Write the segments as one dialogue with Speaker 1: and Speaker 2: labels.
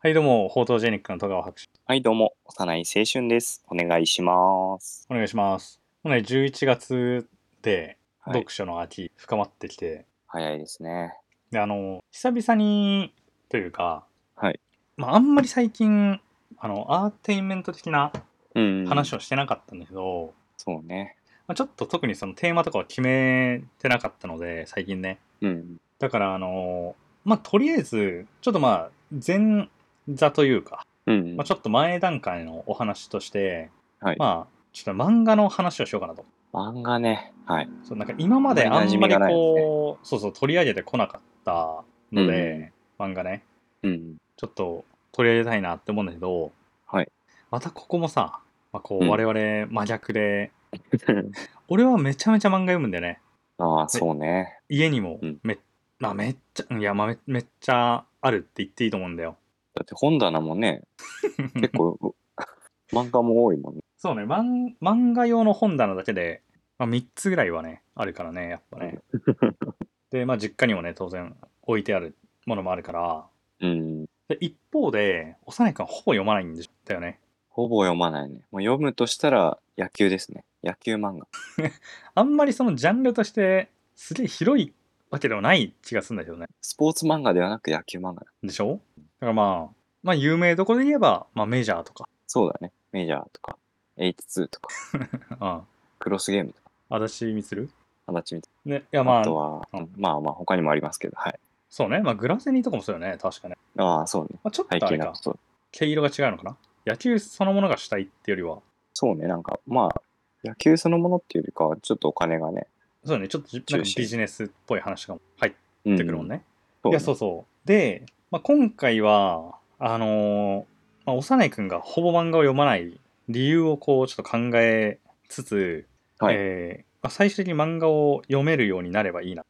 Speaker 1: はい、どうも、報道ジェニックの戸川博士。
Speaker 2: はい、どうも、幼い青春です。お願いします。
Speaker 1: お願いします。もうね、11月で
Speaker 2: はい
Speaker 1: 読書の秋深まってきて、
Speaker 2: 早いですね。
Speaker 1: で、あの、久々に、というか、
Speaker 2: はい。
Speaker 1: まあ、あんまり最近、あの、アーテインメント的な
Speaker 2: うん
Speaker 1: 話
Speaker 2: を。
Speaker 1: をしてなかったんだけど、
Speaker 2: そうね。
Speaker 1: まあ、ちょっと特にそのテーマとかは決めてなかったので、最近ね。
Speaker 2: うん。
Speaker 1: だから、あの、まあ、とりあえず、ちょっとまあ、前座というか、
Speaker 2: うん。
Speaker 1: まあ、ちょっと前段階のお話として、
Speaker 2: はい
Speaker 1: まあ、ちょっと漫画の話をしようかなと。
Speaker 2: 漫画ね。はい。
Speaker 1: そうなんか今まであん
Speaker 2: 馴染
Speaker 1: ま
Speaker 2: み
Speaker 1: り
Speaker 2: がないですね
Speaker 1: こう、そうそう取り上げてこなかったので、漫画ね
Speaker 2: うん。
Speaker 1: ちょっと取り上げたいなって思うんだけど、
Speaker 2: はい
Speaker 1: またここもさ、まあ、こ
Speaker 2: う
Speaker 1: うん我々真逆 で、俺はめちゃめちゃ漫画読むんだよね
Speaker 2: ああ、そうね。
Speaker 1: 家にも
Speaker 2: うん
Speaker 1: め,、まあ、めっちゃいや、まあ、めめっちゃあるって言っていいと思うんだよ
Speaker 2: だって本棚も ね、結構、う漫画も多いもんね。
Speaker 1: そうね漫漫画用の本棚だけで、まあ、3つぐらいはねあるからねやっぱ ねでまあ実家にもね当然置いてあるものもあるから
Speaker 2: うん。
Speaker 1: で一方で幼い君はほぼ読まないんでしたよね
Speaker 2: ほぼ読まないね。もう読むとしたら野球ですね。野球漫画。
Speaker 1: あんまりそのジャンルとしてすげえ広いわけではない気がするんだけどね
Speaker 2: スポーツ漫画ではなく野球漫画だ。
Speaker 1: でしょだからまあまあ有名どころで言えば、まあ、メジャーとか、
Speaker 2: そうだね。メジャーとか、H2 とか、
Speaker 1: うん、
Speaker 2: クロスゲームとか、
Speaker 1: 足立光
Speaker 2: 足立みたい
Speaker 1: ねいや
Speaker 2: な。
Speaker 1: ま
Speaker 2: あと
Speaker 1: あ
Speaker 2: は、
Speaker 1: うん
Speaker 2: まあまあ他にもありますけど、はい。
Speaker 1: そうねまあグラゼニーとかもそうよね確かね、
Speaker 2: ああ、そうね。
Speaker 1: まあ、ちょっ
Speaker 2: 背
Speaker 1: とあ
Speaker 2: 景
Speaker 1: れ
Speaker 2: な
Speaker 1: か
Speaker 2: こと
Speaker 1: 毛色が違うのかな野球そのものが主体っていうよりは
Speaker 2: そうね、なんか、まあ、野球そのものっていうよりかは、ちょっとお金がね、
Speaker 1: そうねちょっとなん
Speaker 2: 中
Speaker 1: か
Speaker 2: 心
Speaker 1: ビジネスっぽい話が入っ
Speaker 2: 出
Speaker 1: てくるもん。ね、
Speaker 2: そ
Speaker 1: い
Speaker 2: うね
Speaker 1: や、そうそう。で、まあ、今回は、あのーまあ、幼いくんがほぼ漫画を読まない理由をこう、ちょっと考えつつ、
Speaker 2: はい
Speaker 1: えーまあ、最終的に漫画を読めるようになればいいな。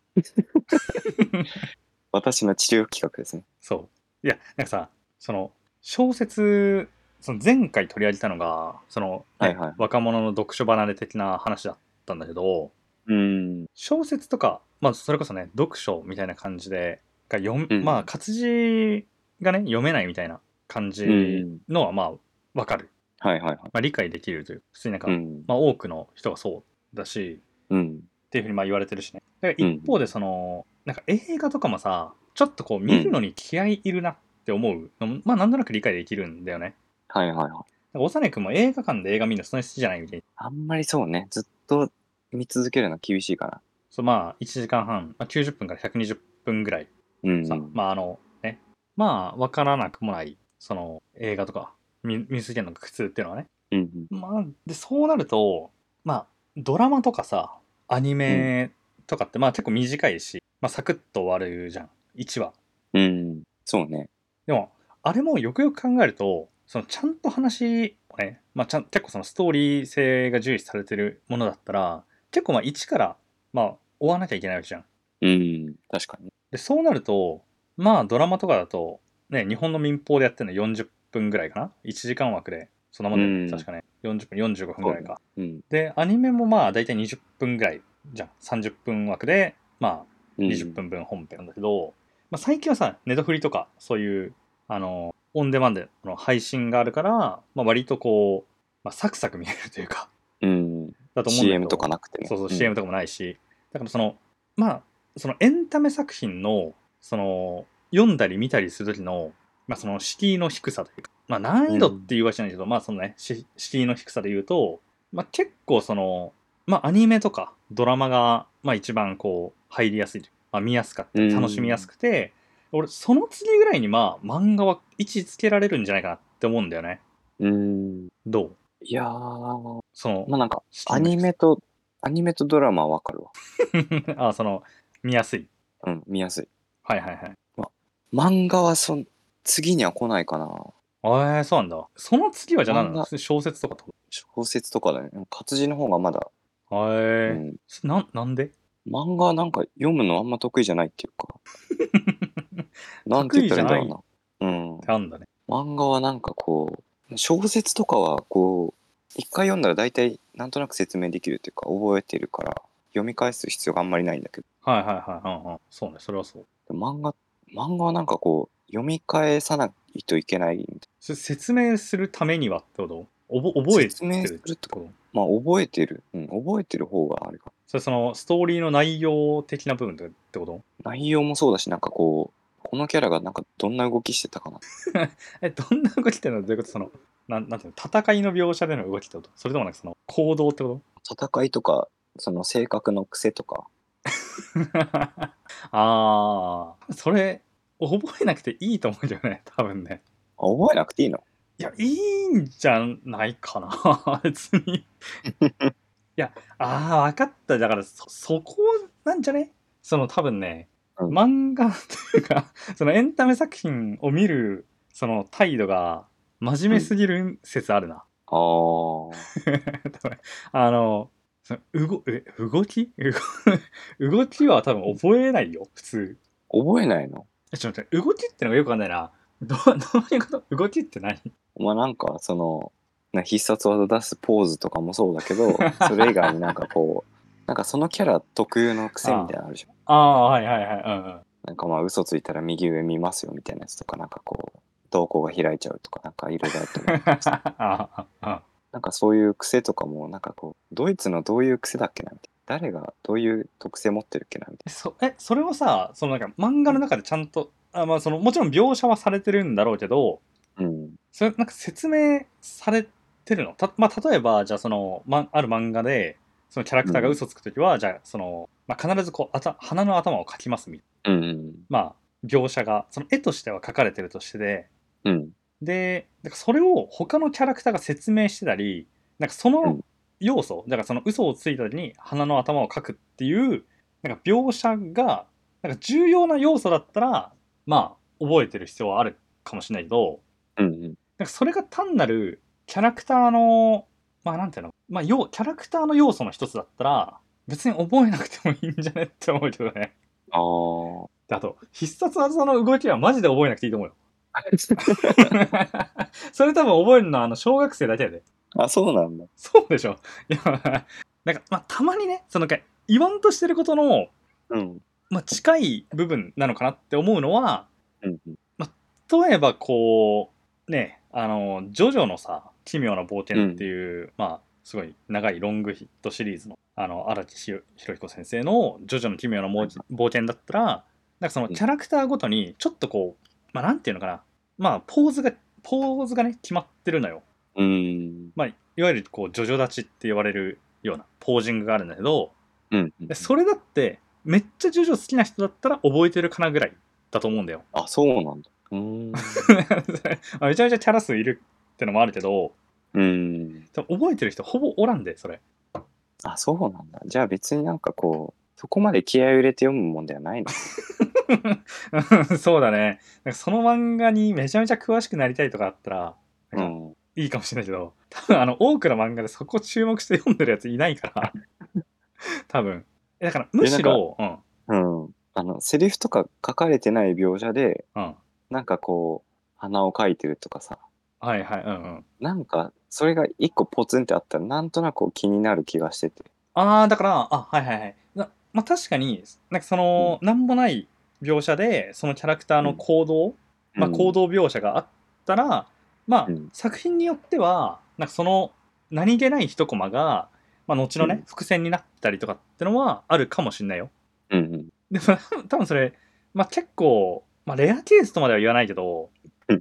Speaker 2: 私の治療企画ですね。
Speaker 1: そう。いや、なんかさ、その、小説、その前回取り上げたのが、その、ね
Speaker 2: はいはい
Speaker 1: 若者の読書離れ的な話だったんだけど、
Speaker 2: うん。
Speaker 1: 小説とか、まあ、それこそね、読書みたいな感じで、が読む
Speaker 2: うん
Speaker 1: まあ、活字がね、読めないみたいな感じ
Speaker 2: うん
Speaker 1: のは、まあ、わかる。
Speaker 2: はいはいはい。
Speaker 1: まあ、理解できるという、普通になんか、
Speaker 2: うん。
Speaker 1: まあ、多くの人がそうだし、
Speaker 2: うん。
Speaker 1: っていうふうにまあ言われてるしね。だから
Speaker 2: うん
Speaker 1: 一方で、その、なんか映画とかもさ、ちょっとこう、見るのに気合いいるなって思うのも、まあ、なんとなく理解できるんだよね。
Speaker 2: はいはいはい。
Speaker 1: なんか幼い君も映画館で映画見るのそんなに好きじゃないみたいな。
Speaker 2: あんまりそうね、ずっと見続けるのは厳しいか
Speaker 1: そう、まあ、1時間半、まあ、90分から120分ぐらい
Speaker 2: な。うん。
Speaker 1: さ、まああのねまあ分からなくもないその映画とか見見続けるのが苦痛っていうのはね
Speaker 2: うん。
Speaker 1: まあでそうなるとまあドラマとかさアニメとかってまあ結構短いし、まあ、サクッと終わるじゃん1話
Speaker 2: うん。そうね。
Speaker 1: でもあれもよくよく考えるとそのちゃんと話をね、まあ、ちゃん結構そのストーリー性が重視されてるものだったら結構まあ1からまあ追わなきゃいけないわけじゃん
Speaker 2: うん。確かに。
Speaker 1: でそうなるとまあドラマとかだとね日本の民放でやってるの40分ぐらいかな1時間枠でそんなもんだよね、
Speaker 2: うん
Speaker 1: 確かね40分45分ぐらいか、
Speaker 2: うん。
Speaker 1: でアニメもまあ大体20分ぐらいじゃん30分枠でま
Speaker 2: う
Speaker 1: あ
Speaker 2: ん
Speaker 1: 20。分分本編なんだけど、まあ、最近はさネットフリとかそういうあのオンデマンドの配信があるから、まあ、割とこう、まあ、サクサク見えるというか
Speaker 2: うん。
Speaker 1: だと思うんだけど
Speaker 2: CM とかなくてね。
Speaker 1: そうそう、
Speaker 2: ん
Speaker 1: CM とかもないし、だからその、まあ、そのエンタメ作品の、その、読んだり見たりする時の、まあその敷居の低さというか、まあ難易度っていうわけじゃないけど、まあそのね、し敷居の低さで言うと、まあ結構その、まあアニメとかドラマが、まあ一番こう、入りやすいというか、まあ見やすかったり、
Speaker 2: うん
Speaker 1: 楽しみやすくて、俺、その次ぐらいにまあ漫画は位置つけられるんじゃないかなって思うんだよね。
Speaker 2: うん。
Speaker 1: どう
Speaker 2: いやー、
Speaker 1: その、
Speaker 2: まあなんか、
Speaker 1: 敷居
Speaker 2: ア
Speaker 1: の低さ
Speaker 2: ニメと、アニメとドラマはわかるわ。
Speaker 1: あ、その、見やすい。
Speaker 2: うん、見やすい。
Speaker 1: はいはいはい。
Speaker 2: 漫画はそん次には来ないかな
Speaker 1: ええそうなんだ。その次はじゃあ何な
Speaker 2: 漫
Speaker 1: の
Speaker 2: 画
Speaker 1: 普通に小説とかってこ
Speaker 2: 小説とかだね活字の方がまだ、
Speaker 1: とへ
Speaker 2: う
Speaker 1: え、
Speaker 2: ん、
Speaker 1: なん、なんで
Speaker 2: 漫画はなんか読むのあんま得意じゃないっていう かなんて言ったらいいんだろうな
Speaker 1: ってあんだね。
Speaker 2: うん、漫画はなんかこう小説とかはこう一回読んだら大体なんとなく説明できるっていうか覚えてるから読み返す必要があんまりないんだけ
Speaker 1: はいはいはい。うんうん。そうね、それはそう。
Speaker 2: ど漫画漫画はなんかこう読み返さないといけないみたいな
Speaker 1: それ説明するためにはってことおぼ覚え
Speaker 2: 説明
Speaker 1: て
Speaker 2: す
Speaker 1: る
Speaker 2: る
Speaker 1: って
Speaker 2: と
Speaker 1: こと
Speaker 2: まあ覚えてる、うん、覚えてる方があれか
Speaker 1: それそのストーリーの内容的な部分ってこと
Speaker 2: 内容もそうだしなんかこうこのキャラがなんかどんな動きしてたかな
Speaker 1: えどんな動きってのはどういうことそのなんなんていうの戦いの描写での動きってことそれともなんかその行動ってこ
Speaker 2: 戦いとかその性格の癖とか
Speaker 1: とああそれ覚えなくていいと思うけどね多分ね
Speaker 2: あ覚えなくていいの
Speaker 1: いやいいんじゃないかな 別にいやああ分かっただからそそこなんじゃねその多分ね、
Speaker 2: うん
Speaker 1: 漫画というか そのエンタメ作品を見るその態度が真面目すぎる説あるな、
Speaker 2: あー
Speaker 1: 多分あのその動え動き動 動きは多分覚えないよ普通
Speaker 2: 覚えないの
Speaker 1: えちょっと待って動きってのがよくわかんないなどうどういうこと動きって何
Speaker 2: まあなんかそのな必殺技出すポーズとかもそうだけどそれ以外になんかこうなんかそのキャラ特有の癖みたいなのあるじゃん
Speaker 1: ああはいはいはいうんうん
Speaker 2: なんかまあ嘘ついたら右上見ますよみたいなやつとかなんかこう瞳孔が開いちゃうとかなんかいろいろあると思う
Speaker 1: あああ
Speaker 2: なんかそういう癖とかもなんかこうドイツのどういう癖だっけなみたいな誰がどういう特性持ってるっけなみた い
Speaker 1: そえそれをさそのなんか漫画の中でちゃんとあ、まあ、そのもちろん描写はされてるんだろうけど
Speaker 2: なうん
Speaker 1: それなんか説明されてるのた、まあ、例えばじゃあその、ま、ある漫画でそのキャラクターが嘘つくときは、じゃあその、まあ、必ずこうあた鼻の頭を描きますみたい
Speaker 2: うんうん
Speaker 1: な、まあ、描写がその絵としては描かれてるとしてで
Speaker 2: うん
Speaker 1: でだからそれを他のキャラクターが説明してたりなんかそうの
Speaker 2: ん
Speaker 1: 要素、だからその嘘をついた時に鼻の頭を描くっていうなんか描写がなんか重要な要素だったらまあ覚えてる必要はあるかもしれないけど
Speaker 2: うんうん
Speaker 1: なんかそれが単なるキャラクターのまあなんていうの、まあ、要キャラクターの要素の一つだったら別に覚えなくてもいいんじゃねって思うけどね。
Speaker 2: あー
Speaker 1: であと必殺技の動きはマジで覚えなくていいと思うよ。 それ多分覚えるのはあの小学生だけやで。
Speaker 2: あそうなんだ
Speaker 1: そうでしょ。いや、なんか、まあ、たまにね、その、言わんとしてることの、
Speaker 2: うん
Speaker 1: まあ、近い部分なのかなって思うのは、
Speaker 2: うんうん
Speaker 1: 例えばこう、ね、あの、ジョジョのさ、奇妙な冒険っていう、まあ、すごい長いロングヒットシリーズの、あの、荒木ひろひろひこ先生の、ジョジョの奇妙な冒冒険だったら、なんかその
Speaker 2: うん
Speaker 1: キャラクターごとに、ちょっとこう、まあ、なんていうのかな、まあ、ポーズが、ポーズがね、決まってるのよ。
Speaker 2: うーん
Speaker 1: まあ、いわゆるこう、ジョジョ立ちって言われるようなポージングがあるんだけど、
Speaker 2: うんうん
Speaker 1: でそれだって、めっちゃジョジョ好きな人だったら覚えてるかなぐらいだと思うんだよ。
Speaker 2: あそうなんだうーん
Speaker 1: あめちゃめちゃキャラ数いるってのもあるけど、
Speaker 2: うーん
Speaker 1: でも覚えてる人ほぼおらんで、それ。
Speaker 2: あそうなんだじゃあ別になんかこうそこまで気合を入れて読むもんではないの
Speaker 1: そうだね。なんかその漫画にめちゃめちゃ詳しくなりたいとかあったら、
Speaker 2: う
Speaker 1: なんか
Speaker 2: ん
Speaker 1: いいかもしれないけど、多分あの、多くの漫画でそこ注目して読んでるやついないから、多分。えだから、むしろ、うん、
Speaker 2: うんあのセリフとか書かれてない描写で
Speaker 1: うん。
Speaker 2: なんかこう鼻を描いてるとかさ
Speaker 1: はいはい、うんうん。
Speaker 2: なんかそれが一個ポツンってあったらなんとなくこう気になる気がしてて
Speaker 1: ああ、だから、あ、はいはいはい。なまあ確かに、なんかその、なんもない描写で、そのキャラクターの行動、まあ行動描写があったら、まあ
Speaker 2: うん
Speaker 1: 作品によっては、なんかその何気ない一コマが、まあ後の
Speaker 2: う
Speaker 1: ね
Speaker 2: ん、
Speaker 1: 伏線になったりとかってのはあるかもしんないよ。
Speaker 2: うんうん
Speaker 1: でも多分多分それ、まあ結構、まあレアケースとまでは言わないけど
Speaker 2: うん、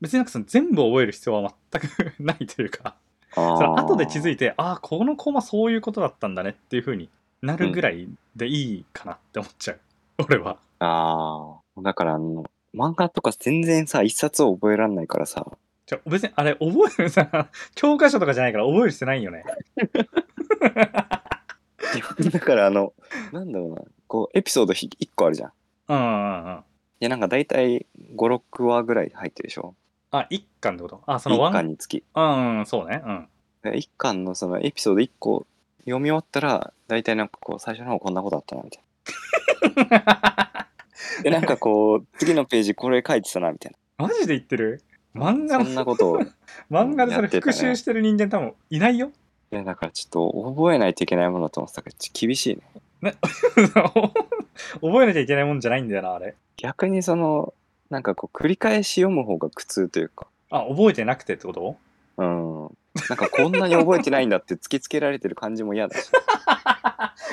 Speaker 1: 別になんかその全部覚える必要は全く ないというか。
Speaker 2: あ
Speaker 1: それ後で気づい
Speaker 2: て
Speaker 1: てああーこのコマそういうことだったんだねっていうふうになるぐらいでいいかなって思っちゃう、 俺は
Speaker 2: ああだからあの漫画とか全然さ一冊を覚えられないからさ
Speaker 1: じゃ別にあれ覚える さ教科書とかじゃないから覚える必要ないよね
Speaker 2: だからあのなんだろうなこうエピソードひ一個あるじゃん
Speaker 1: うんうんうん
Speaker 2: でなんか大体56話ぐらい入ってるでしょ
Speaker 1: あ一巻ってことあその
Speaker 2: 1
Speaker 1: ワ
Speaker 2: 巻
Speaker 1: ン
Speaker 2: につき
Speaker 1: うんうんそうねうん
Speaker 2: 1巻のそのエピソード1個読み終わったら大体なんかこう最初の方こんなことあったなみたい なでなんかこう次のページこれ書いてたなみたい
Speaker 1: マジで言ってる
Speaker 2: な
Speaker 1: 漫画
Speaker 2: そんなことをい
Speaker 1: 漫画でそれ
Speaker 2: やって
Speaker 1: 復
Speaker 2: たね
Speaker 1: 習してる人間多分いないよ
Speaker 2: やだからちょっと覚えないといけないものだと思ってたからちょっと厳しいね
Speaker 1: 覚えなきゃいけないもんじゃないんだよなあれ
Speaker 2: 逆にそのなんかこう繰り返し読む方が苦痛というか、
Speaker 1: あ、覚えてなくてってこと
Speaker 2: うん、なんかこんなに覚えてないんだって突きつけられてる感じも 嫌だし、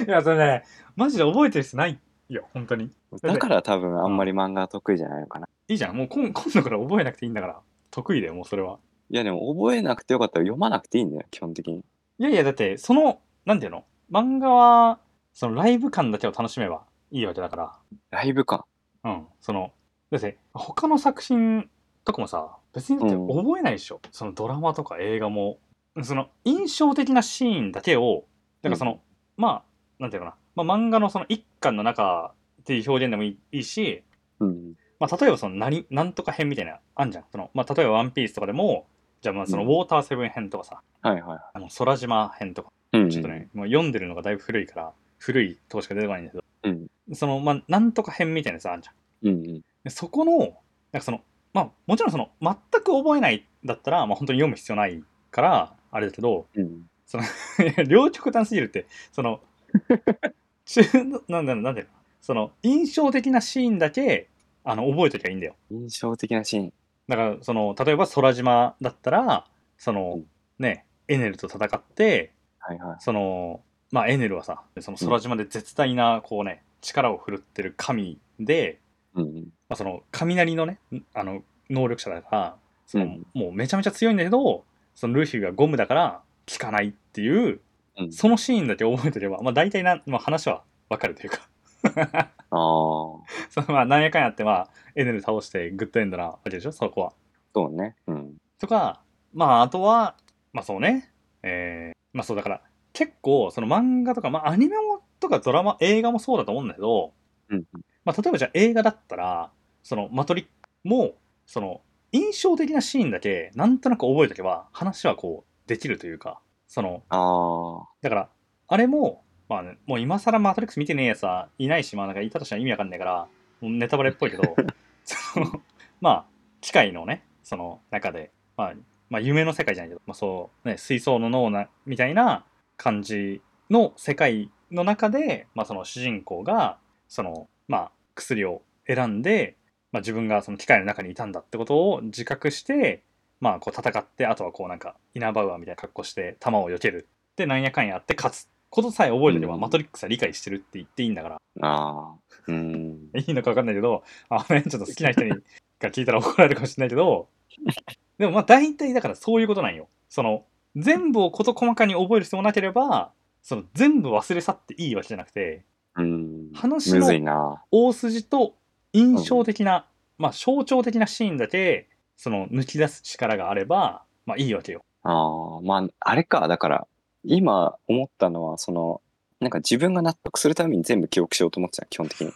Speaker 1: いや、それね、マジで覚えてる人ないよ、本当に。
Speaker 2: だから多分あんまり漫画は得意じゃないのかな。
Speaker 1: いいじゃん、もう今今度から覚えなくていいんだから、得意だよ、もうそれは。
Speaker 2: いやでも覚えなくてよかったら読まなくていいんだよ、基本的に。
Speaker 1: いやいや、だって、その、なんていうの漫画は、そのライブ感だけを楽しめばいいわけだか
Speaker 2: ライブ感。
Speaker 1: ら、うん、その、だって、他の作品とかもさ、別にだって
Speaker 2: うん
Speaker 1: 覚えないでしょ、そのドラマとか映画も、その、印象的なシーンだけを、だからその、まあ、なんていうのかな、まあ、漫画のその一巻の中っていう表現でもいいいいし、
Speaker 2: うん。
Speaker 1: まあ、例えばその何、なんとか編みたいな、あんじゃん。その、まあ、例えばワンピースとかでも、じゃあまあそのウ
Speaker 2: うん
Speaker 1: ォーターセブン編とかさ、
Speaker 2: はいはい。
Speaker 1: あの空島編とか、
Speaker 2: うん。
Speaker 1: ちょっとね、もう読んでるのがだいぶ古いから、古いとこしか出てこないんだけど、
Speaker 2: うん。
Speaker 1: その、まあ、なんとか編みたいなやつあんじゃん。
Speaker 2: うんうん。
Speaker 1: でそこの、なんかその、まあ、もちろんその、全く覚えないだったら、まあ、本当に読む必要ないから、あれだけど、
Speaker 2: うん。
Speaker 1: 両極端すぎるって、そ の、中、なんだろう、なんだろう、その、印象的なシーンだけ、あの、覚えときゃいいんだよ。
Speaker 2: 印象的なシーン。
Speaker 1: だからその例えば空島だったらその、
Speaker 2: うん
Speaker 1: ねエネルと戦って
Speaker 2: はいはい。
Speaker 1: そのまあエネルはさその空島で絶大なこうね力を振るってる神で、
Speaker 2: うん。
Speaker 1: まあ、その雷のねんあの能力者だからその、
Speaker 2: うん
Speaker 1: もうめちゃめちゃ強いんだけどそのルフィがゴムだから効かないっていう
Speaker 2: うん、
Speaker 1: そのシーンだけ覚えてれば、まあ、大体な、まあ、話はわかるというか
Speaker 2: ああ、そ
Speaker 1: そのまあなんやかんやってまあエネル倒してグッドエンドなわけでしょそこは。
Speaker 2: うね。うん。
Speaker 1: とか、まあ、あとは、まあそうね、えー、まあそうだから、結構、その漫画とか、まあアニメもとかドラマ、映画もそうだと思うんだけど、
Speaker 2: うん
Speaker 1: まあ例えばじゃあ映画だったら、そのマトリックも、その印象的なシーンだけ、なんとなく覚えとけば、話はこう、できるというか、その、
Speaker 2: ああ、
Speaker 1: だから、あれも、まあね、もう今更マトリックス見てねえやつはいないし、まあなんかいたとしたら意味わかんないから、もうネタバレっぽいけ ど、その、まあ、機械のね、その中で、まあ、まあ、夢の世界じゃないけど、まあそう、ね、水槽の脳な、みたいな感じの世界の中で、まあその主人公が、その、まあ、薬を選んで、まあ自分がその機械の中にいたんだってことを自覚して、まあこう戦って、あとはこうなんか、イナバウアーみたいな格好して弾を避けるでなんやかんやって勝つことさえ覚えてれば、
Speaker 2: うん
Speaker 1: マトリックスは理解してるって言っていいんだから
Speaker 2: ああ、うん。
Speaker 1: いいのか分かんないけどあのねちょっと好きな人にが聞いたら怒られるかもしれないけど でもまあ大体だからそういうことなんよその全部を事細かに覚える必要もなければその全部忘れ去っていいわけじゃなくて
Speaker 2: うん。
Speaker 1: 話の
Speaker 2: むずいな。
Speaker 1: 大筋と印象的な、まあ象徴的なシーンだけその抜き出す力があればまあいいわけよ。
Speaker 2: ああ、まあ、あれか。だから、今思ったのは、その、なんか自分が納得するために全部記憶しようと思ってた、基本 的に。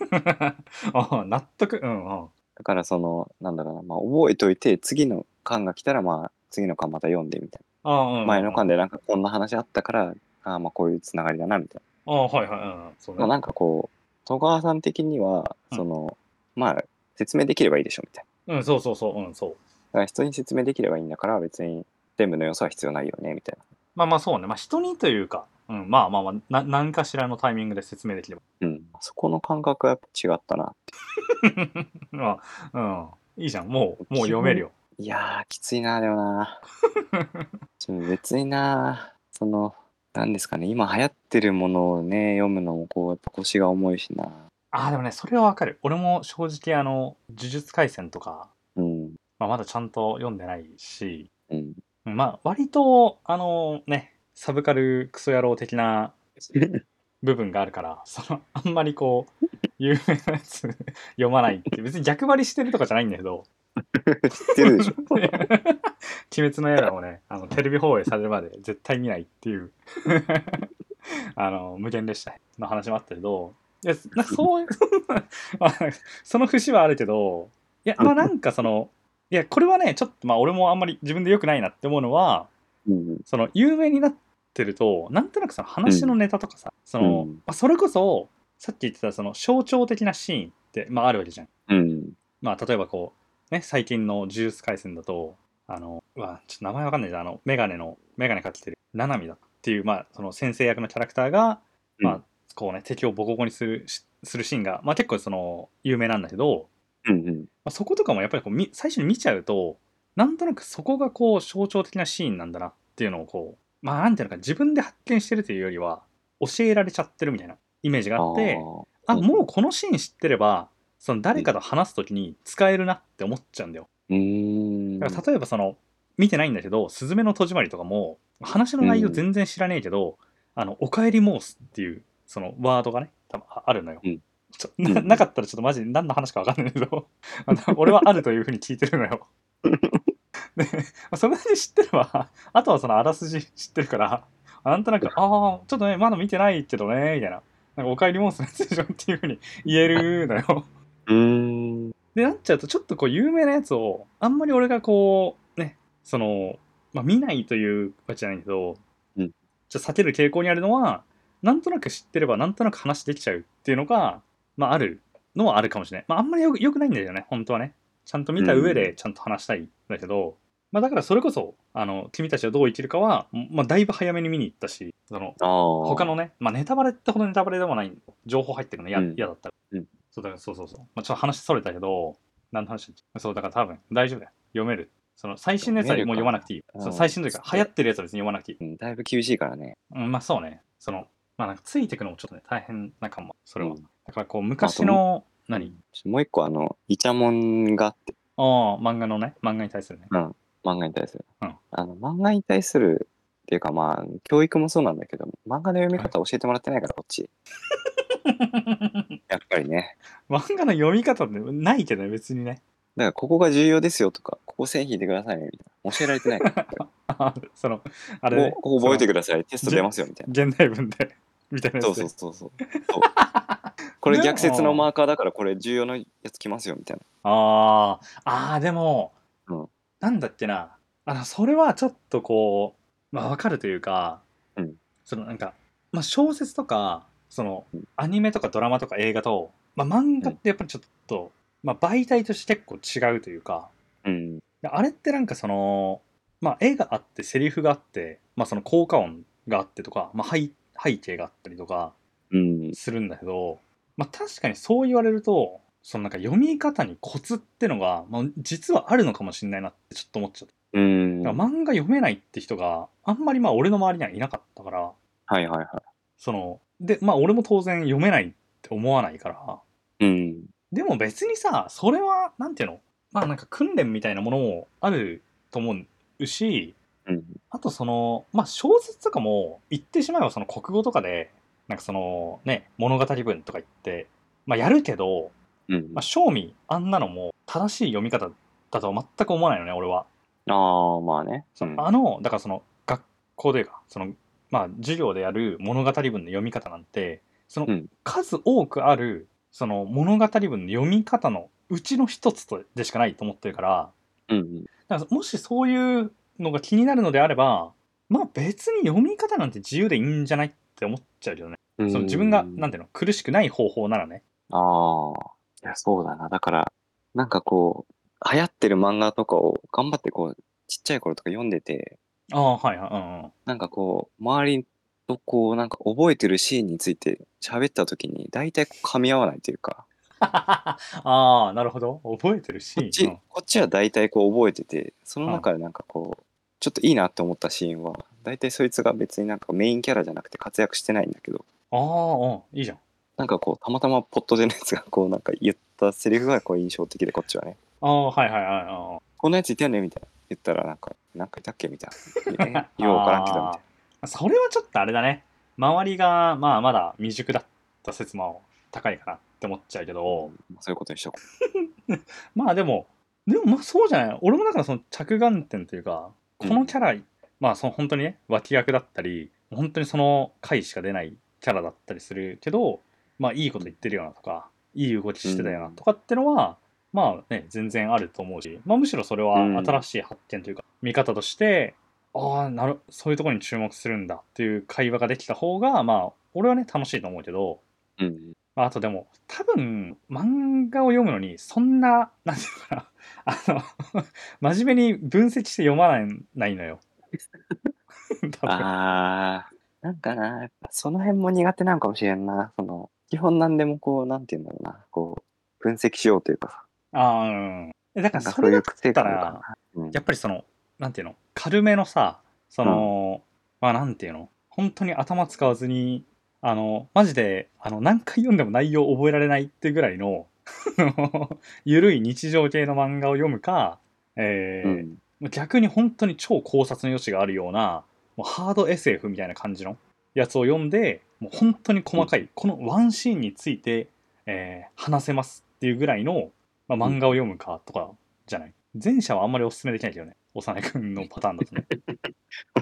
Speaker 1: ああ納得うんうん。
Speaker 2: だから、その、なんだろうな、まあ、覚えといて、次の巻が来たら、まあ、次の巻また読んでみたい
Speaker 1: ああうんう
Speaker 2: な。
Speaker 1: ん
Speaker 2: 前の巻でなんかこんな話あったから、ああ、まあ、こういうつながりだな、みたいな。
Speaker 1: ああはいはいうんうん。そうね
Speaker 2: まあ、なんかこう戸川さん的には
Speaker 1: うん
Speaker 2: その、まあ説明できればいいでしょみたいな
Speaker 1: うん、そうそうそう、うん、そう。
Speaker 2: だから人に説明できればいいんだから別に全部の要素は必要ないよねみたい
Speaker 1: まあまあそうね。まあ人にというか、うん、まあまあまあ、な何かしらのタイミングで説明できれば。
Speaker 2: な、うん、そこの感覚はやっぱ違ったな
Speaker 1: まあ、うん。いいじゃん。もう、もう読めるよ。
Speaker 2: いやーきついなで もなちょっと別になそのなんですかね今流行ってるものをね読むのもこうやっぱ腰が重いしな
Speaker 1: ああ、でもね、それはわかる。俺も正直、あの、呪術廻戦とか、
Speaker 2: うん
Speaker 1: まあまだちゃんと読んでないし、
Speaker 2: うん
Speaker 1: うんまあ割と、あのね、サブカルクソ野郎的な部分があるから、 その、あんまりこう、有名なやつ 読まないって、別に逆張りしてるとかじゃないんだけど、
Speaker 2: 知ってるでしょ
Speaker 1: 鬼滅の刃をね、あのテレビ放映されるまで絶対見ないっていう、 あの、無限列車の話もあったけど、いや、なんかそういう、 まあ、その節はあるけど、いや、まあなんかその、いや、これはね、ちょっとまあ俺もあんまり自分で良くないなって思うのは、
Speaker 2: うん
Speaker 1: その有名になってると、なんとなくその話のネタとかさ、その、
Speaker 2: うん
Speaker 1: まあ、それこそ、さっき言ってたその象徴的なシーンって、まああるわけじゃん。
Speaker 2: うん
Speaker 1: まあ、例えばこう、ね、最近の呪術廻戦だと、あの、うわ、ちょっと名前わかんないけど、あの、メガネの、メガネかけてる、ナナミだっていう、まあ、その先生役のキャラクターが、まあ、
Speaker 2: うん
Speaker 1: こうね、敵をボコボコにするしするシーンが、まあ結構その、有名なんだけど、
Speaker 2: うんうん
Speaker 1: あ、そことかもやっぱりこうみ最初に見ちゃうとなんとなくそこがこう象徴的なシーンなんだなっていうのをこうまあなんていうのか自分で発見してるというよりは教えられちゃってるみたいなイメージがあってあ
Speaker 2: うん
Speaker 1: もうこのシーン知ってればその誰かと話す時に使えるなって思っちゃうんだよ。
Speaker 2: うーん
Speaker 1: だから例えばその見てないんだけど「すずめの戸締まり」とかも話の内容
Speaker 2: うん
Speaker 1: 全然知らねえけど「あのおかえり申す」っていうそのワードがね多分ああるのよ、
Speaker 2: うん
Speaker 1: ちょな
Speaker 2: うん
Speaker 1: なかったらちょっとマジで何の話か分かんないけど あの俺はあるというふうに聞いてるのよ でまあそれで知ってればあとはそのあらすじ知ってるからなんとなく「ああちょっとねまだ見てないけどね」みたいな「なんかおかえり申すのやつでしょ」っていうふうに言えるのよ
Speaker 2: うーん
Speaker 1: でなっちゃうとちょっとこう有名なやつをあんまり俺がこうねその、まあ、見ないというわけじゃないけど、
Speaker 2: うん
Speaker 1: ちょっと避ける傾向にあるのはなんとなく知ってればなんとなく話できちゃうっていうのが、まあ、あるのはあるかもしれない、まあ、あんまりよくよくないんだよね本当はねちゃんと見た上でちゃんと話したいんだけど、まあ、だからそれこそあの君たちはどう生きるかは、まあ、だいぶ早めに見に行ったしその
Speaker 2: ああ
Speaker 1: 他のね、まあ、ネタバレってほどネタバレでもない情報入ってるの嫌、
Speaker 2: うん
Speaker 1: 嫌だった、
Speaker 2: うん
Speaker 1: そうだからそうそうそう、まあ、ちょっと話それたけど何の話だっけそうだから多分大丈夫だよ読めるその最新のやつはもう読まなくていい
Speaker 2: めるか
Speaker 1: そう
Speaker 2: うん
Speaker 1: 最新というか流行ってるやつは別に読まなくていい、
Speaker 2: うんだいぶ厳しいからね
Speaker 1: うん、まあそうねそのまあなんかついてくのもちょっとね大変なかもそれは、
Speaker 2: うん
Speaker 1: だからこう昔の何
Speaker 2: ちょもう一個あのイチャモンがあって
Speaker 1: ああ漫画のね漫画に対するね
Speaker 2: 漫画に対する、
Speaker 1: うん
Speaker 2: あの漫画に対するっていうかまあ教育もそうなんだけど漫画の読み方教えてもらってないからこっちやっぱりね
Speaker 1: 漫画の読み方ってないけどね別にね
Speaker 2: だからここが重要ですよとかここ線引いてくださいねみたいな教えられてないから
Speaker 1: その あれね、
Speaker 2: ここ覚えて
Speaker 1: く
Speaker 2: くださいテスト出ますよみたいな
Speaker 1: 現代文でみたいなやつ
Speaker 2: そ
Speaker 1: で
Speaker 2: うそうそうそう そうこれ
Speaker 1: でも
Speaker 2: 逆説のマーカーだからこれ重要なやつ来ますよみたいな
Speaker 1: あーあーでも、
Speaker 2: うん
Speaker 1: なんだっけなあのそれはちょっとこう、まあ、分かるというか、
Speaker 2: うん
Speaker 1: そのなんか、まあ、小説とかその
Speaker 2: うん
Speaker 1: アニメとかドラマとか映画と、まあ、漫画ってやっぱりちょっと、まあ、媒体として結構違うというか
Speaker 2: うん
Speaker 1: であれってなんかその、まあ、絵があってセリフがあって、まあ、その効果音があってとか、まあ、背背景があったりとか
Speaker 2: うん
Speaker 1: するんだけど、まあ、確かにそう言われるとそのなんか読み方にコツってのが、まあ、実はあるのかもしれないなってちょっと思っちゃった、
Speaker 2: うん
Speaker 1: だから漫画読めないって人があんまりまあ俺の周りにはいなかったから
Speaker 2: はいはいは
Speaker 1: そのでまあ俺も当然読めないって思わないから
Speaker 2: いうん
Speaker 1: でも別にさそれはなんていうのまあなんか訓練みたいなものもあると思うし
Speaker 2: うん
Speaker 1: あとその、まあ、小説とかも言ってしまえばその国語とかでなんかそのね物語文とか言って、まあ、やるけど、
Speaker 2: うん
Speaker 1: まあ、正味あんなのも正しい読み方だとは全く思わないよね俺は。
Speaker 2: ああまあねうん
Speaker 1: あのだからその学校というかその、まあ、授業でやる物語文の読み方なんてその
Speaker 2: うん
Speaker 1: 数多くあるその物語文の読み方のうちの一つとでしかないと思ってるから。
Speaker 2: うん
Speaker 1: だからもしそういうのが気になるのであればまあ別に読み方なんて自由でいいんじゃないって思っちゃうよね。
Speaker 2: うん
Speaker 1: その自分がなんていうの苦しくない方法ならね。
Speaker 2: ああ、いや、そうだな。だから、なんかこう、流行ってる漫画とかを頑張ってこう、ちっちゃい頃とか読んでて、
Speaker 1: ああはいはいうんうん。
Speaker 2: なんかこう、周りとこう、なんか覚えてるシーンについて喋った時に、大体こう噛み合わないというか、
Speaker 1: ああなるほど覚えてるシ
Speaker 2: こっ
Speaker 1: ー
Speaker 2: ち、
Speaker 1: ン。うん
Speaker 2: こっちは大体こう覚えてて、その中でなんかこう、ちょっといいなって思ったシーンは、大体そいつが別になんかメインキャラじゃなくて活躍してないんだけど、
Speaker 1: ああうんいいじゃん。
Speaker 2: なんかこう、たまたまポットでのやつがこう、なんか言ったセリフがこう印象的で、こっちはね。
Speaker 1: ああはいはいはいうんうん。
Speaker 2: こんなやついたよねみたいな言ったらなんかなんかいたっけみたいなえようわからんけどみたい
Speaker 1: あーそれはちょっとあれだね周りがまあまだ未熟だった説も高いかなって思っちゃうけ
Speaker 2: な
Speaker 1: ど、
Speaker 2: うんそういうことにしとこ
Speaker 1: まあでもでもまあそうじゃない俺もだからその着眼点というかこのキャラ、まあその本当にね脇役だったり本当にその回しか出ないキャラだったりするけどまあいいこと言ってるよなとかいい動きしてたよなとかってのは、まあね全然あると思うし、まあ、むしろそれは新しい発見というか、見方としてああなるそういうところに注目するんだっていう会話ができた方がまあ俺はね楽しいと思うけど、
Speaker 2: う、うん、
Speaker 1: まあ、あとでも多分漫画を読むのにそんな なんていうの かなあの真面目に分析して読まないないの よ。多分
Speaker 2: あーなんかなやっぱその辺も苦手なんかもしれんなその基本なんでもこうなんて言うんだろうなこう分析しようというかさ
Speaker 1: ああ、うん。えだか
Speaker 2: なん
Speaker 1: ら
Speaker 2: か
Speaker 1: そ
Speaker 2: そう
Speaker 1: れだ
Speaker 2: い
Speaker 1: っ
Speaker 2: う癖
Speaker 1: た、
Speaker 2: があるのからな。うん
Speaker 1: やっぱりその、なんていうの、軽めのさ、その、まあなんていうの、本当に頭使わずに、あの、マジで、あの、何回読んでも内容覚えられないってぐらいの、 ゆるい日常系の漫画を読むか、えー
Speaker 2: うん
Speaker 1: 逆に本当に超考察の余地があるようなもうハード SF みたいな感じのやつを読んでもう本当に細かい、このワンシーンについて、えー話せますっていうぐらいの、まあ、漫画を読むかとかじゃない、前者はあんまりおすすめできないけどね幼い君のパターンだとね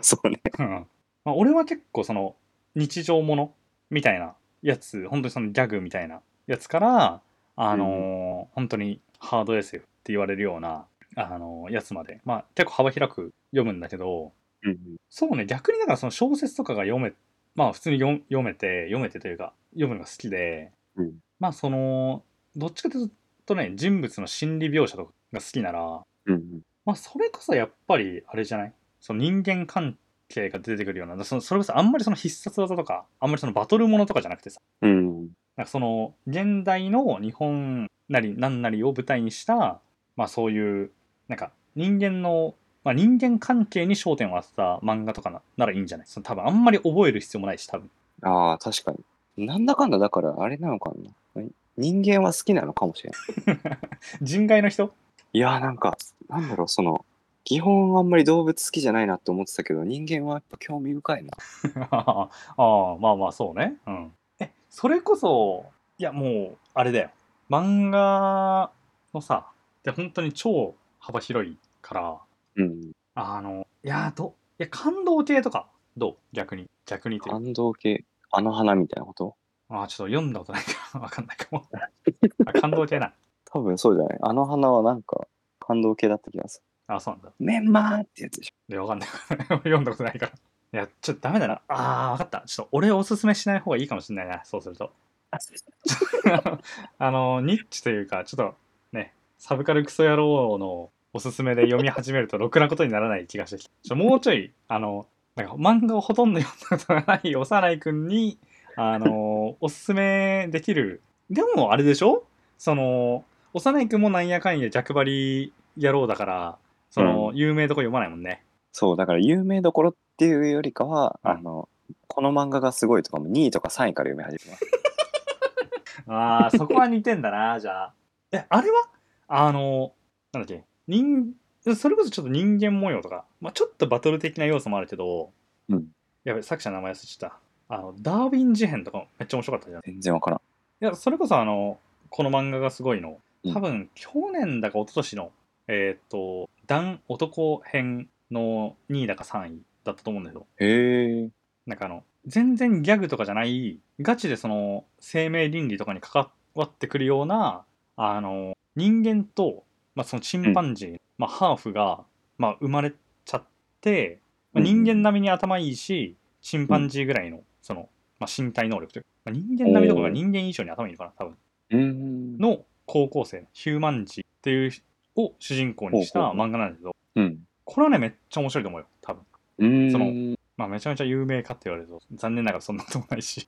Speaker 2: そうね。
Speaker 1: うんまあ俺は結構その日常ものみたいなやつ本当にそのギャグみたいなやつからあのー本当にハード SF って言われるようなあのーやつまでまあ結構幅広く読むんだけど
Speaker 2: うん
Speaker 1: そうね逆にだからその小説とかが読めまあ普通に読読めて読めてというか読むのが好きで
Speaker 2: うん
Speaker 1: まあそのどっちかというとね人物の心理描写とかが好きなら
Speaker 2: うん
Speaker 1: まあ、それこそやっぱり、あれじゃないその人間関係が出てくるような、そのそれこそあんまりその必殺技とか、あんまりそのバトルものとかじゃなくてさ、
Speaker 2: うん
Speaker 1: なんかその現代の日本なり何なりを舞台にした、まあそういう、なんか人間の、まあ人間関係に焦点を当てた漫画とかなならいいんじゃないその多分あんまり覚える必要もないし、多分。
Speaker 2: ああ、確かに。なんだかんだ、だからあれなのかな。人間は好きなのかもしれない。
Speaker 1: 人外の人
Speaker 2: いやー、なんか、なんだろう、その、基本あんまり動物好きじゃないなって思ってたけど、人間はやっぱ興味深いな。
Speaker 1: ああ、まあまあ、そうね。うん。え、それこそ、いや、もう、あれだよ。漫画のさ、で本当に超幅広いから、
Speaker 2: うん。
Speaker 1: あの、いや、ど、いや、感動系とか、どう逆に、逆にというか
Speaker 2: 感動系、あの花みたいなこと
Speaker 1: ああ、ちょっと読んだことないから、 わかんないかも。あ感動系な。
Speaker 2: 多分そうじゃない。あの花はなんか、感動系だった気がす
Speaker 1: あ、そうなんだ。
Speaker 2: る。メンマーってやつでしょ。
Speaker 1: いや、わかんない。 読んだことないから。いや、ちょっとダメだな。ああ、わかった。ちょっと俺おすすめしない方がいいかもしれないな。そうすると。 あの、ニッチというか、ちょっとね、サブカルクソ野郎のおすすめで読み始めると、ろくなことにならない気がしてきた。ちょもうちょい、あの、なんか漫画をほとんど読んだことがない 幼い君に、あの、おすすめできる。でも、あれでしょその、幼い君もなんやかんや逆張り野郎だから、その、
Speaker 2: う
Speaker 1: 有名どこ読まないもんね。
Speaker 2: そう、だから有名どころっていうよりかは、
Speaker 1: うん
Speaker 2: あの、この漫画がすごいとかも2位とか3位から読み始めます。
Speaker 1: ああ、そこは似てんだ な、じゃあ。え、あれはあの、なんだっけ、人、それこそちょっと人間模様とか、まあ、ちょっとバトル的な要素もあるけど、
Speaker 2: うん
Speaker 1: やべ、作者の名前忘れちゃった。あの、ダーウィン事変とかめっちゃ面白かったじゃん。い
Speaker 2: 全然わからん。
Speaker 1: や、それこそあの、この漫画がすごいの
Speaker 2: う、ん
Speaker 1: 多分、去年だか一昨年の、えーっと、男、男編の2位だか3位だったと思うんだけど、
Speaker 2: へえ。
Speaker 1: なんかあの全然ギャグとかじゃないガチでその生命倫理とかに関わってくるようなあの人間と、まあ、そのチンパンジー、まあ、ハーフが、まあ、生まれちゃって、まあ、
Speaker 2: うんうん
Speaker 1: 人間並みに頭いいしチンパンジーぐらいのその、まあ、身体能力というか、まあ、人間並みどころか
Speaker 2: おー
Speaker 1: 人間以上に頭いいのかな多分
Speaker 2: うん。
Speaker 1: の高校生ヒューマンジーっていうを主人公にした
Speaker 2: ほうほうほ
Speaker 1: 漫画なんだけど
Speaker 2: うん。
Speaker 1: これはねめっちゃ面白いと思うよ多分。
Speaker 2: うーん。
Speaker 1: そのまあ、めちゃめちゃ有名かって言われると、残念ながらそんなこともない し。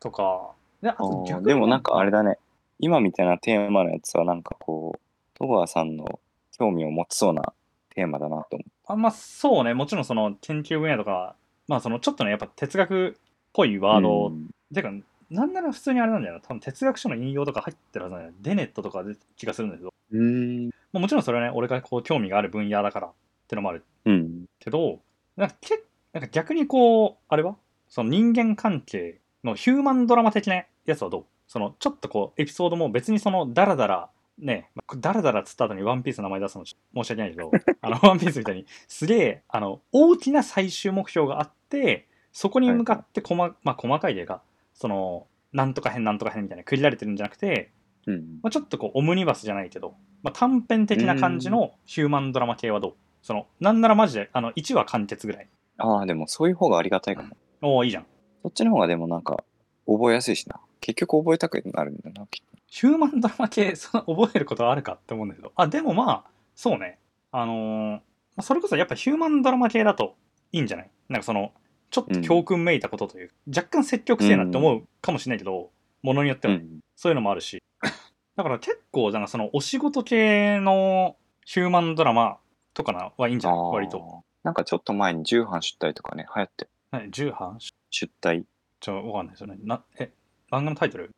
Speaker 1: とか、であ
Speaker 2: あ
Speaker 1: と逆
Speaker 2: ー
Speaker 1: に
Speaker 2: でもなんかあれだね今みたいなテーマのやつはなんかこう戸川さんの興味を持ちそうなテーマだなと思
Speaker 1: あまあそうね、もちろんその研究分野とか、まあそのちょっとね、やっぱ哲学っぽいワード、
Speaker 2: ううん
Speaker 1: てか、なんなら普通にあれなんだよな、多分哲学書の引用とか入ってるはずなんだよ。デネットとかで気がするんだけど、
Speaker 2: うーん
Speaker 1: まあ、もちろんそれはね、俺がこう興味がある分野だからってのもある
Speaker 2: うん
Speaker 1: けど、なんかけなんか逆にこう、あれはその人間関係のヒューマンドラマ的なやつはどうそのちょっとこうエピソードも別にそのダラダラね、まあダラダラっつった後にワンピースの名前出すのち申し訳ない けど、あのワンピースみたいにすげえあの大きな最終目標があって、そこに向かって細,、まあ、細かいというか、そのなんとか編なんとか編みたいな区切られてるんじゃなくて、
Speaker 2: うん
Speaker 1: まあ、ちょっとこうオムニバスじゃないけど、まあ、短編的な感じのヒューマンドラマ系はどうそのなんならマジであの1話完結ぐらい
Speaker 2: ああでもそういう方がありがたいかも
Speaker 1: おおいいじゃん
Speaker 2: そっちの方がでもなんか覚えやすいしな結局覚えたくなるんだなきっと
Speaker 1: ヒューマンドラマ系 その覚えることはあるかって思うんだけどあでもまあそうねあのーまあそれこそやっぱヒューマンドラマ系だといいんじゃないなんかそのちょっと教訓めいたことというか、若干積極性なって思うかもしれないけど、ものによって
Speaker 2: う
Speaker 1: はね
Speaker 2: ん
Speaker 1: そういうのもあるし だから結構、なんかそのお仕事系のヒューマンドラマとかなはいいんじゃない
Speaker 2: ー
Speaker 1: 割と。。
Speaker 2: なんかちょっと前に重版出題とかね、流行って、
Speaker 1: 何重版
Speaker 2: 出題、
Speaker 1: ちょ、わかんないですよね。な、え、漫画のタイトル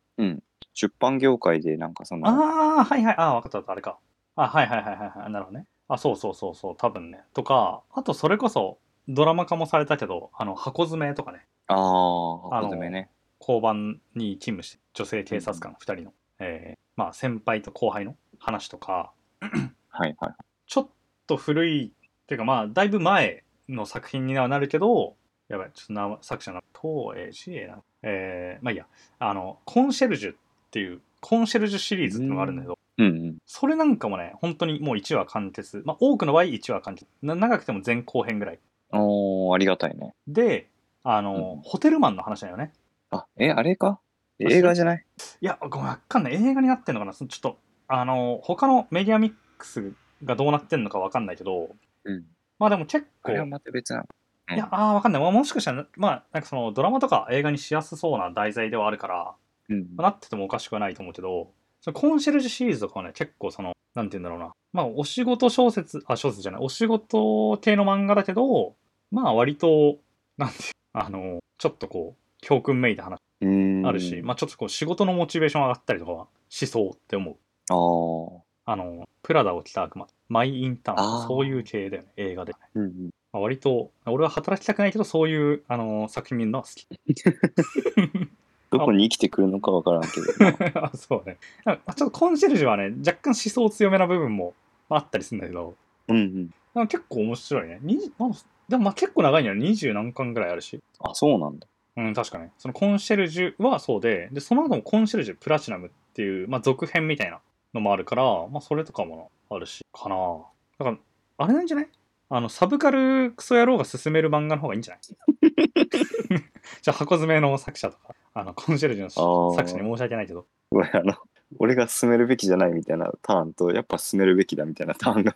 Speaker 2: 出版業界でなんかその、
Speaker 1: ああ、はいはい、ああ、わかったわかった、あれか。あはいはいはいはいはい、なるほどね。あ、そうそうそうそう、多分ね。とか、あとそれこそ、ドラマ化もされたけど、あの、箱詰めとかね、
Speaker 2: あー、箱詰めね。
Speaker 1: 交番に勤務してる女性警察官2人の、えーまあ、先輩と後輩の話とか、
Speaker 2: はいはい。
Speaker 1: ちょっと古い、っていうかまあ、だいぶ前の作品にはなるけど、やばい、ちょっと名前作者の、東映、市営な、えーまあいいや、あの、コンシェルジュっていう、コンシェルジュシリーズっていうのがあるんだけど、
Speaker 2: うんうん。
Speaker 1: それなんかもね、本当にもう1話完結。まあ、多くの場合1話完結。な長くても前後編ぐらい。
Speaker 2: おー、ありがたいね。
Speaker 1: で、あの、
Speaker 2: うん
Speaker 1: ホテルマンの話だよね。
Speaker 2: あ、え、あれか映画じゃない
Speaker 1: いや、ごめん、わかんない。映画になってんのかなそのちょっと、あの、他のメディアミックスがどうなってんのかわかんないけど、
Speaker 2: うん。
Speaker 1: まあでも結
Speaker 2: あ
Speaker 1: 構、
Speaker 2: れはまた別なの。
Speaker 1: いや、ああ、わかんない。まあ、もしかしたら、まあ、なんかそのドラマとか映画にしやすそうな題材ではあるから、
Speaker 2: うん。
Speaker 1: まあなっててもおかしくはないと思うけど、そのコンシェルジュシリーズとかはね、結構その、なんて言うんだろうな。まあ、お仕事小説、あ、小説じゃない、お仕事系の漫画だけど、まあ、割と、なんていう、あの、ちょっとこう、教訓めいた話
Speaker 2: うーん
Speaker 1: あるし、まあ、ちょっとこう、仕事のモチベーション上がったりとかはしそうって思う。
Speaker 2: あー。
Speaker 1: あの、プラダを着た悪魔、マイ・インターンと
Speaker 2: あ
Speaker 1: か
Speaker 2: ー
Speaker 1: そういう系だよね、映画で。
Speaker 2: うんうん。
Speaker 1: まあ、割と、俺は働きたくないけど、そういう、あの、作品見るのは好き。
Speaker 2: どこに生きてくるのかわからんけど。まあ
Speaker 1: あそうね。なんかちょっとコンシェルジュはね、若干思想強めな部分もまああったりするんだけど、
Speaker 2: うんうん。
Speaker 1: なんか結構面白いね。20まあでもまあ結構長いんだよね。20何巻ぐらいあるし。
Speaker 2: あ、そうなんだ。
Speaker 1: うん、確かね。そのコンシェルジュはそうで、で、その後もコンシェルジュプラチナムっていう、まあ続編みたいなのもあるから、まあそれとかもあるし、かなだから、あれなんじゃないあの、サブカルクソ野郎が進める漫画の方がいいんじゃない じゃあ箱詰めの作者とか、あの、コンシェルジュ
Speaker 2: あ
Speaker 1: の
Speaker 2: ー
Speaker 1: 作者に申し訳ないけど、
Speaker 2: ごめんあの、俺が進めるべきじゃないみたいなターンと、やっぱ進めるべきだみたいなターンが。
Speaker 1: い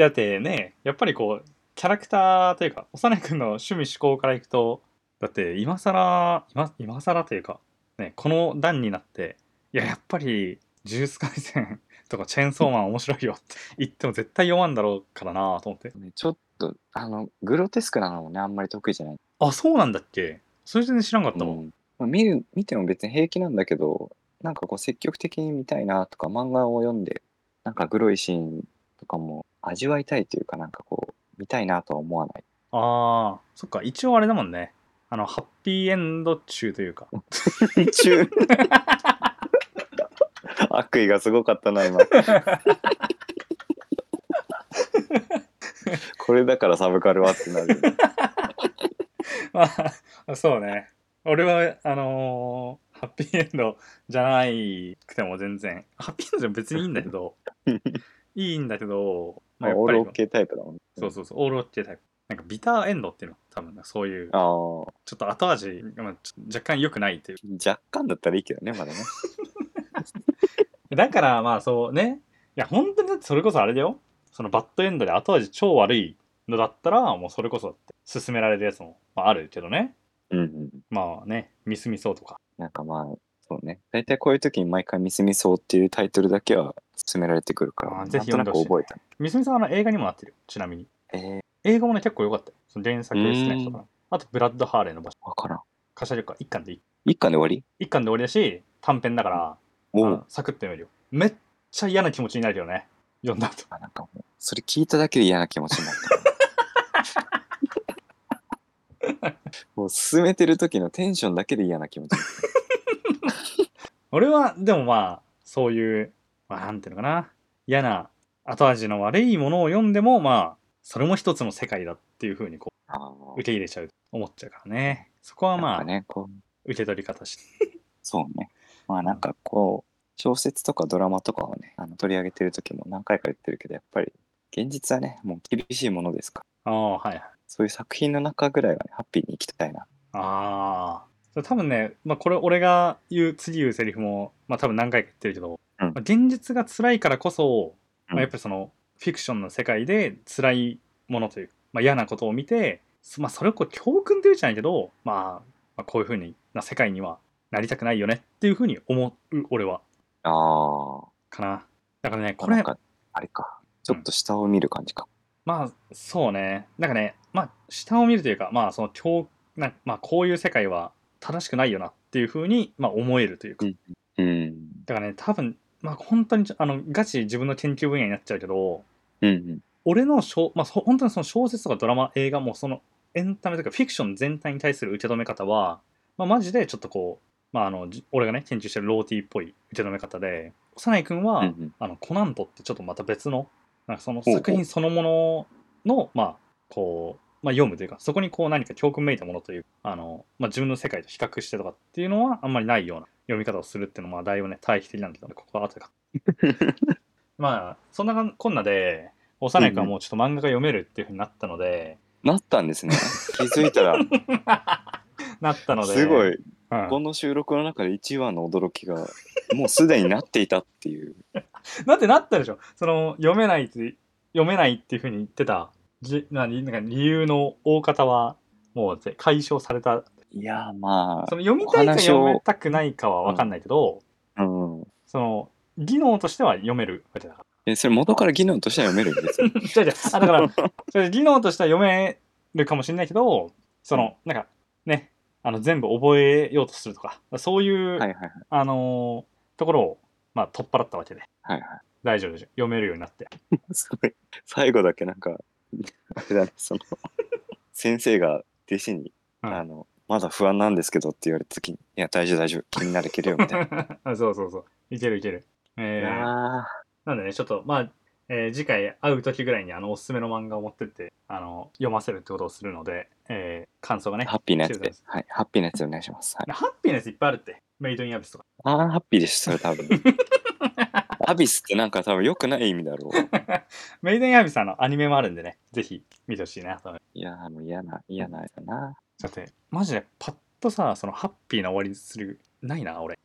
Speaker 1: やだってねやっぱりこうキャラクターというか幼い君の趣味思考からいくとだって今更今今更というか、ね、この段になっていややっぱりジュース回線 とかチェーンソーマン面白いよって言っても絶対読まんだろうからなと思って
Speaker 2: ねちょっと、あの、グロテスクなのもね、あんまり得意じゃない。
Speaker 1: あそうなんだっけそれ全然知らんかった
Speaker 2: う
Speaker 1: わ、
Speaker 2: んまあ、見る見ても別に平気なんだけどなんかこう積極的に見たいなとか漫画を読んでなんかグロいシーンとかも味わいたいというかなんかこう見たいなとは思わ ない
Speaker 1: あーそっか一応あれだもんねあのハッピーエンド中というか
Speaker 2: 中 悪意がすごかった な今これだからサブカルはってなるよね
Speaker 1: まあ、そうね。俺は、あのーハッピーエンドじゃないくても全然、ハッピーエンドじゃ別にいいんだけ ど、いいんだけど、まあ、や
Speaker 2: まあ
Speaker 1: っ
Speaker 2: オー
Speaker 1: ぱり、
Speaker 2: ルオッケータイプだもんね
Speaker 1: そうそうそう、オールオッケータイプ。なんかビターエンドっていうの、多分そういう、
Speaker 2: あー
Speaker 1: ちょっと後味が、まあ、ちょっと若干良くないっていう。
Speaker 2: 若干だったらいいけどね まだね
Speaker 1: だから、まあそうね。いや、本当にだってそれこそあれだよ。そのバッドエンドで後味超悪いのだったら、もうそれこそだって、勧められるやつも、まあ、あるけどね。
Speaker 2: うん、うん
Speaker 1: まあね、ミスミソとか。
Speaker 2: なんかまあ、そうね。大体こういう時に毎回ミスミソウっていうタイトルだけは勧められてくるか
Speaker 1: あー
Speaker 2: ら、
Speaker 1: ぜ
Speaker 2: なん
Speaker 1: ひ読
Speaker 2: と
Speaker 1: ん
Speaker 2: な
Speaker 1: で
Speaker 2: く
Speaker 1: ほしい
Speaker 2: 覚えた。
Speaker 1: ミスミソはあの映画にもなってるよ、ちなみに。
Speaker 2: えー、
Speaker 1: 映画もね、結構良かったよ。その原作ですね、とか。あと、ブラッド・ハーレーの場所。
Speaker 2: わからん。
Speaker 1: 貸し旅館、一巻でいい。
Speaker 2: 一巻で終わり
Speaker 1: 一巻で終わりだし、短編だから、あ
Speaker 2: お
Speaker 1: の
Speaker 2: う。
Speaker 1: サクッと読めるよ。めっちゃ嫌な気持ちになるよね。読んだ後。
Speaker 2: あなんかもう、それ聞いただけで嫌な気持ちにな った。もう進めてる時のテンションだけで嫌な気持ち。
Speaker 1: 俺は、でもまあ、そういう、まあ、なんていうのかな。嫌な後味の悪いものを読んでも、まあ、それも一つの世界だっていうふうにこ
Speaker 2: ああ
Speaker 1: う、受け入れちゃう、思っちゃうからね。そこは
Speaker 2: ーやっ
Speaker 1: ま
Speaker 2: ぱ
Speaker 1: あ、
Speaker 2: ね、こう、
Speaker 1: 受け取り方し
Speaker 2: そうね。まあなんかこう、小説とかドラマとかをね、あの取り上げてる時も何回か言ってるけど、やっぱり現実はね、もう厳しいものですから。
Speaker 1: ああ、はいはい。
Speaker 2: そういう作品の中ぐらいはね、ハッピーに生きたいな。
Speaker 1: ああ。多分ね、まあ、これ俺が言う、次言うセリフも、まあ、多分何回か言ってるけど、
Speaker 2: うん
Speaker 1: まあ、現実が辛いからこそ、
Speaker 2: うん
Speaker 1: まあ、やっぱりその、フィクションの世界で辛いものという、まあ、嫌なことを見て、そまあ、それをこう教訓というじゃないけど、まあ、まあこういうふうにな世界にはなりたくないよねっていうふうに思う俺は
Speaker 2: ああ。
Speaker 1: かなだからねこ
Speaker 2: な
Speaker 1: れ
Speaker 2: んか、あれか。ちょっと下を見る感じか。
Speaker 1: まあそうねなんかねまあ下を見るというかまあその教なんかまあこういう世界は正しくないよなっていうふうに、まあ、思えるというか、
Speaker 2: うんうん。
Speaker 1: だからね多分まあ本当にちょあのガチ自分の研究分野になっちゃうけど
Speaker 2: うんうん。
Speaker 1: 俺の小、まあ、そ本当にその小説とかドラマ映画もそのエンタメというかフィクション全体に対する受け止め方は、まあ、マジでちょっとこう、まあ、あのじ俺がね研究してるローティーっぽい受け止め方で幼井君は、
Speaker 2: うんうん
Speaker 1: あのコナントってちょっとまた別のなんかその
Speaker 2: ほうほう
Speaker 1: 作品そのもののまあこう、まあ、読むというかそこにこう何か教訓めいたものというあの、まあ、自分の世界と比較してとかっていうのはあんまりないような読み方をするっていうのはまあだいぶね対比的なんだけどここは後で 語るまあそんなこんなで幼い子はもうちょっと漫画が読めるっていうふうになったので、
Speaker 2: なったん ですね。気づいたら、
Speaker 1: なったのです
Speaker 2: ごい、
Speaker 1: うん
Speaker 2: この収録の中で一話の驚きが、もうすでになっていたっていう。
Speaker 1: だ ってなったでしょその読めないって読めないっていうふうに言ってたじななんか理由の大方はもうぜ解消された
Speaker 2: いやー、ま
Speaker 1: その読みたい
Speaker 2: お
Speaker 1: か
Speaker 2: 話を
Speaker 1: 読めたくないかは分かんないけど、
Speaker 2: あ、うん。
Speaker 1: その技能としては読めるわけだか
Speaker 2: え、それ元から技能としては読めるんですよ。
Speaker 1: らじゃあじゃああだからそれ技能としては読めるかもしれないけどそのなんかねあの全部覚えようとするとかそういう、
Speaker 2: はいはいはい。
Speaker 1: あのーところを、まあ、取っ払ったわけで
Speaker 2: はいはい。
Speaker 1: 大丈夫でしょ読めるようになって
Speaker 2: すごい。最後だけなんか、あれだね、その、先生が弟子に、
Speaker 1: うん
Speaker 2: あの、まだ不安なんですけどって言われた時に、いや、大丈夫大丈夫、気になるけるよ、みたい
Speaker 1: そうそうそうい けるいけるえー
Speaker 2: な。あ
Speaker 1: なんでね、ちょっと、まあ、えー次回会う時ぐらいに、あの、おすすめの漫画を持ってって、あの、読ませるってことをするので、えー感想がね
Speaker 2: ー、ハッピーなやつ
Speaker 1: そうで。
Speaker 2: ですはい、ハッピーなやつでお願いします。はい、
Speaker 1: ハッピーなやついっぱいあるって。メイドインアビスとか。
Speaker 2: あー、ハッピーでしょ、それ多分。 アビスってなんか多分良くない意味だろう。
Speaker 1: メイドインアビスあのアニメもあるんでね、ぜひ見てほしいなと思い
Speaker 2: いやー、もう嫌な、嫌なやつだな。
Speaker 1: ます。だって、マジでパッとさ、そのハッピーな終わりする、ないな、俺。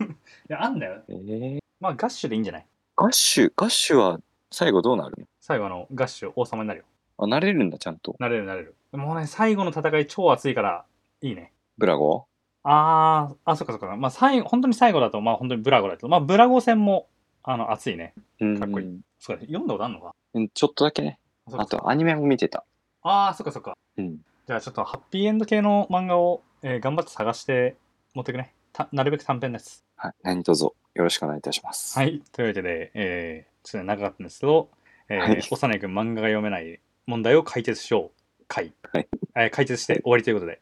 Speaker 1: いや、あんだよ。
Speaker 2: えー、
Speaker 1: まあ、ガッシュでいいんじゃない
Speaker 2: ガッシュ、ガッシュは最後どうなるの
Speaker 1: 最後あの、ガッシュ王様になるよ。
Speaker 2: あ、なれるんだ、ちゃんと。
Speaker 1: なれるなれる。もうね、最後の戦い超熱いから、いいね。
Speaker 2: ブラゴ
Speaker 1: あー、あ、そっかそっか。まあ、最後、本当に最後だと、まあ、本当にブラゴだけど、まあ、ブラゴ戦も、あの、熱いね。
Speaker 2: うん
Speaker 1: かっこいいそうか、読んだことあんのか
Speaker 2: うんちょっとだけね。
Speaker 1: そっか
Speaker 2: あと、アニメも見てた。
Speaker 1: あー、そっかそっか。
Speaker 2: うん。
Speaker 1: じゃあ、ちょっと、ハッピーエンド系の漫画を、えー頑張って探して持ってくね。たなるべく短編です。
Speaker 2: はい、何卒よろしくお願いいたします。。
Speaker 1: はいい。というわけで、えー、ちょっとね長かったんですけど、えー
Speaker 2: はい
Speaker 1: 幼い君漫画が読めない問題を解決しよう回、
Speaker 2: はい
Speaker 1: えー解決して終わりということで。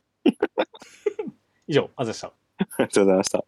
Speaker 1: 以上、あずでした。
Speaker 2: ありがとうございました。